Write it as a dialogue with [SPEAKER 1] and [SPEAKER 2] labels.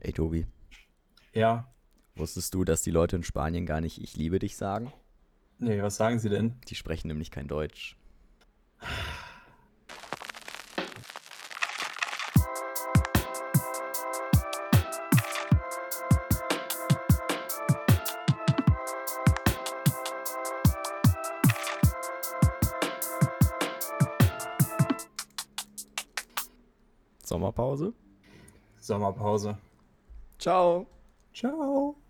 [SPEAKER 1] Hey Tobi,
[SPEAKER 2] Ja,
[SPEAKER 1] wusstest du, dass die Leute in Spanien gar nicht Ich liebe dich sagen?
[SPEAKER 2] nee, was sagen Sie denn?
[SPEAKER 1] Die sprechen nämlich kein Deutsch. Sommerpause?
[SPEAKER 2] Sommerpause.
[SPEAKER 1] Ciao!
[SPEAKER 2] Ciao.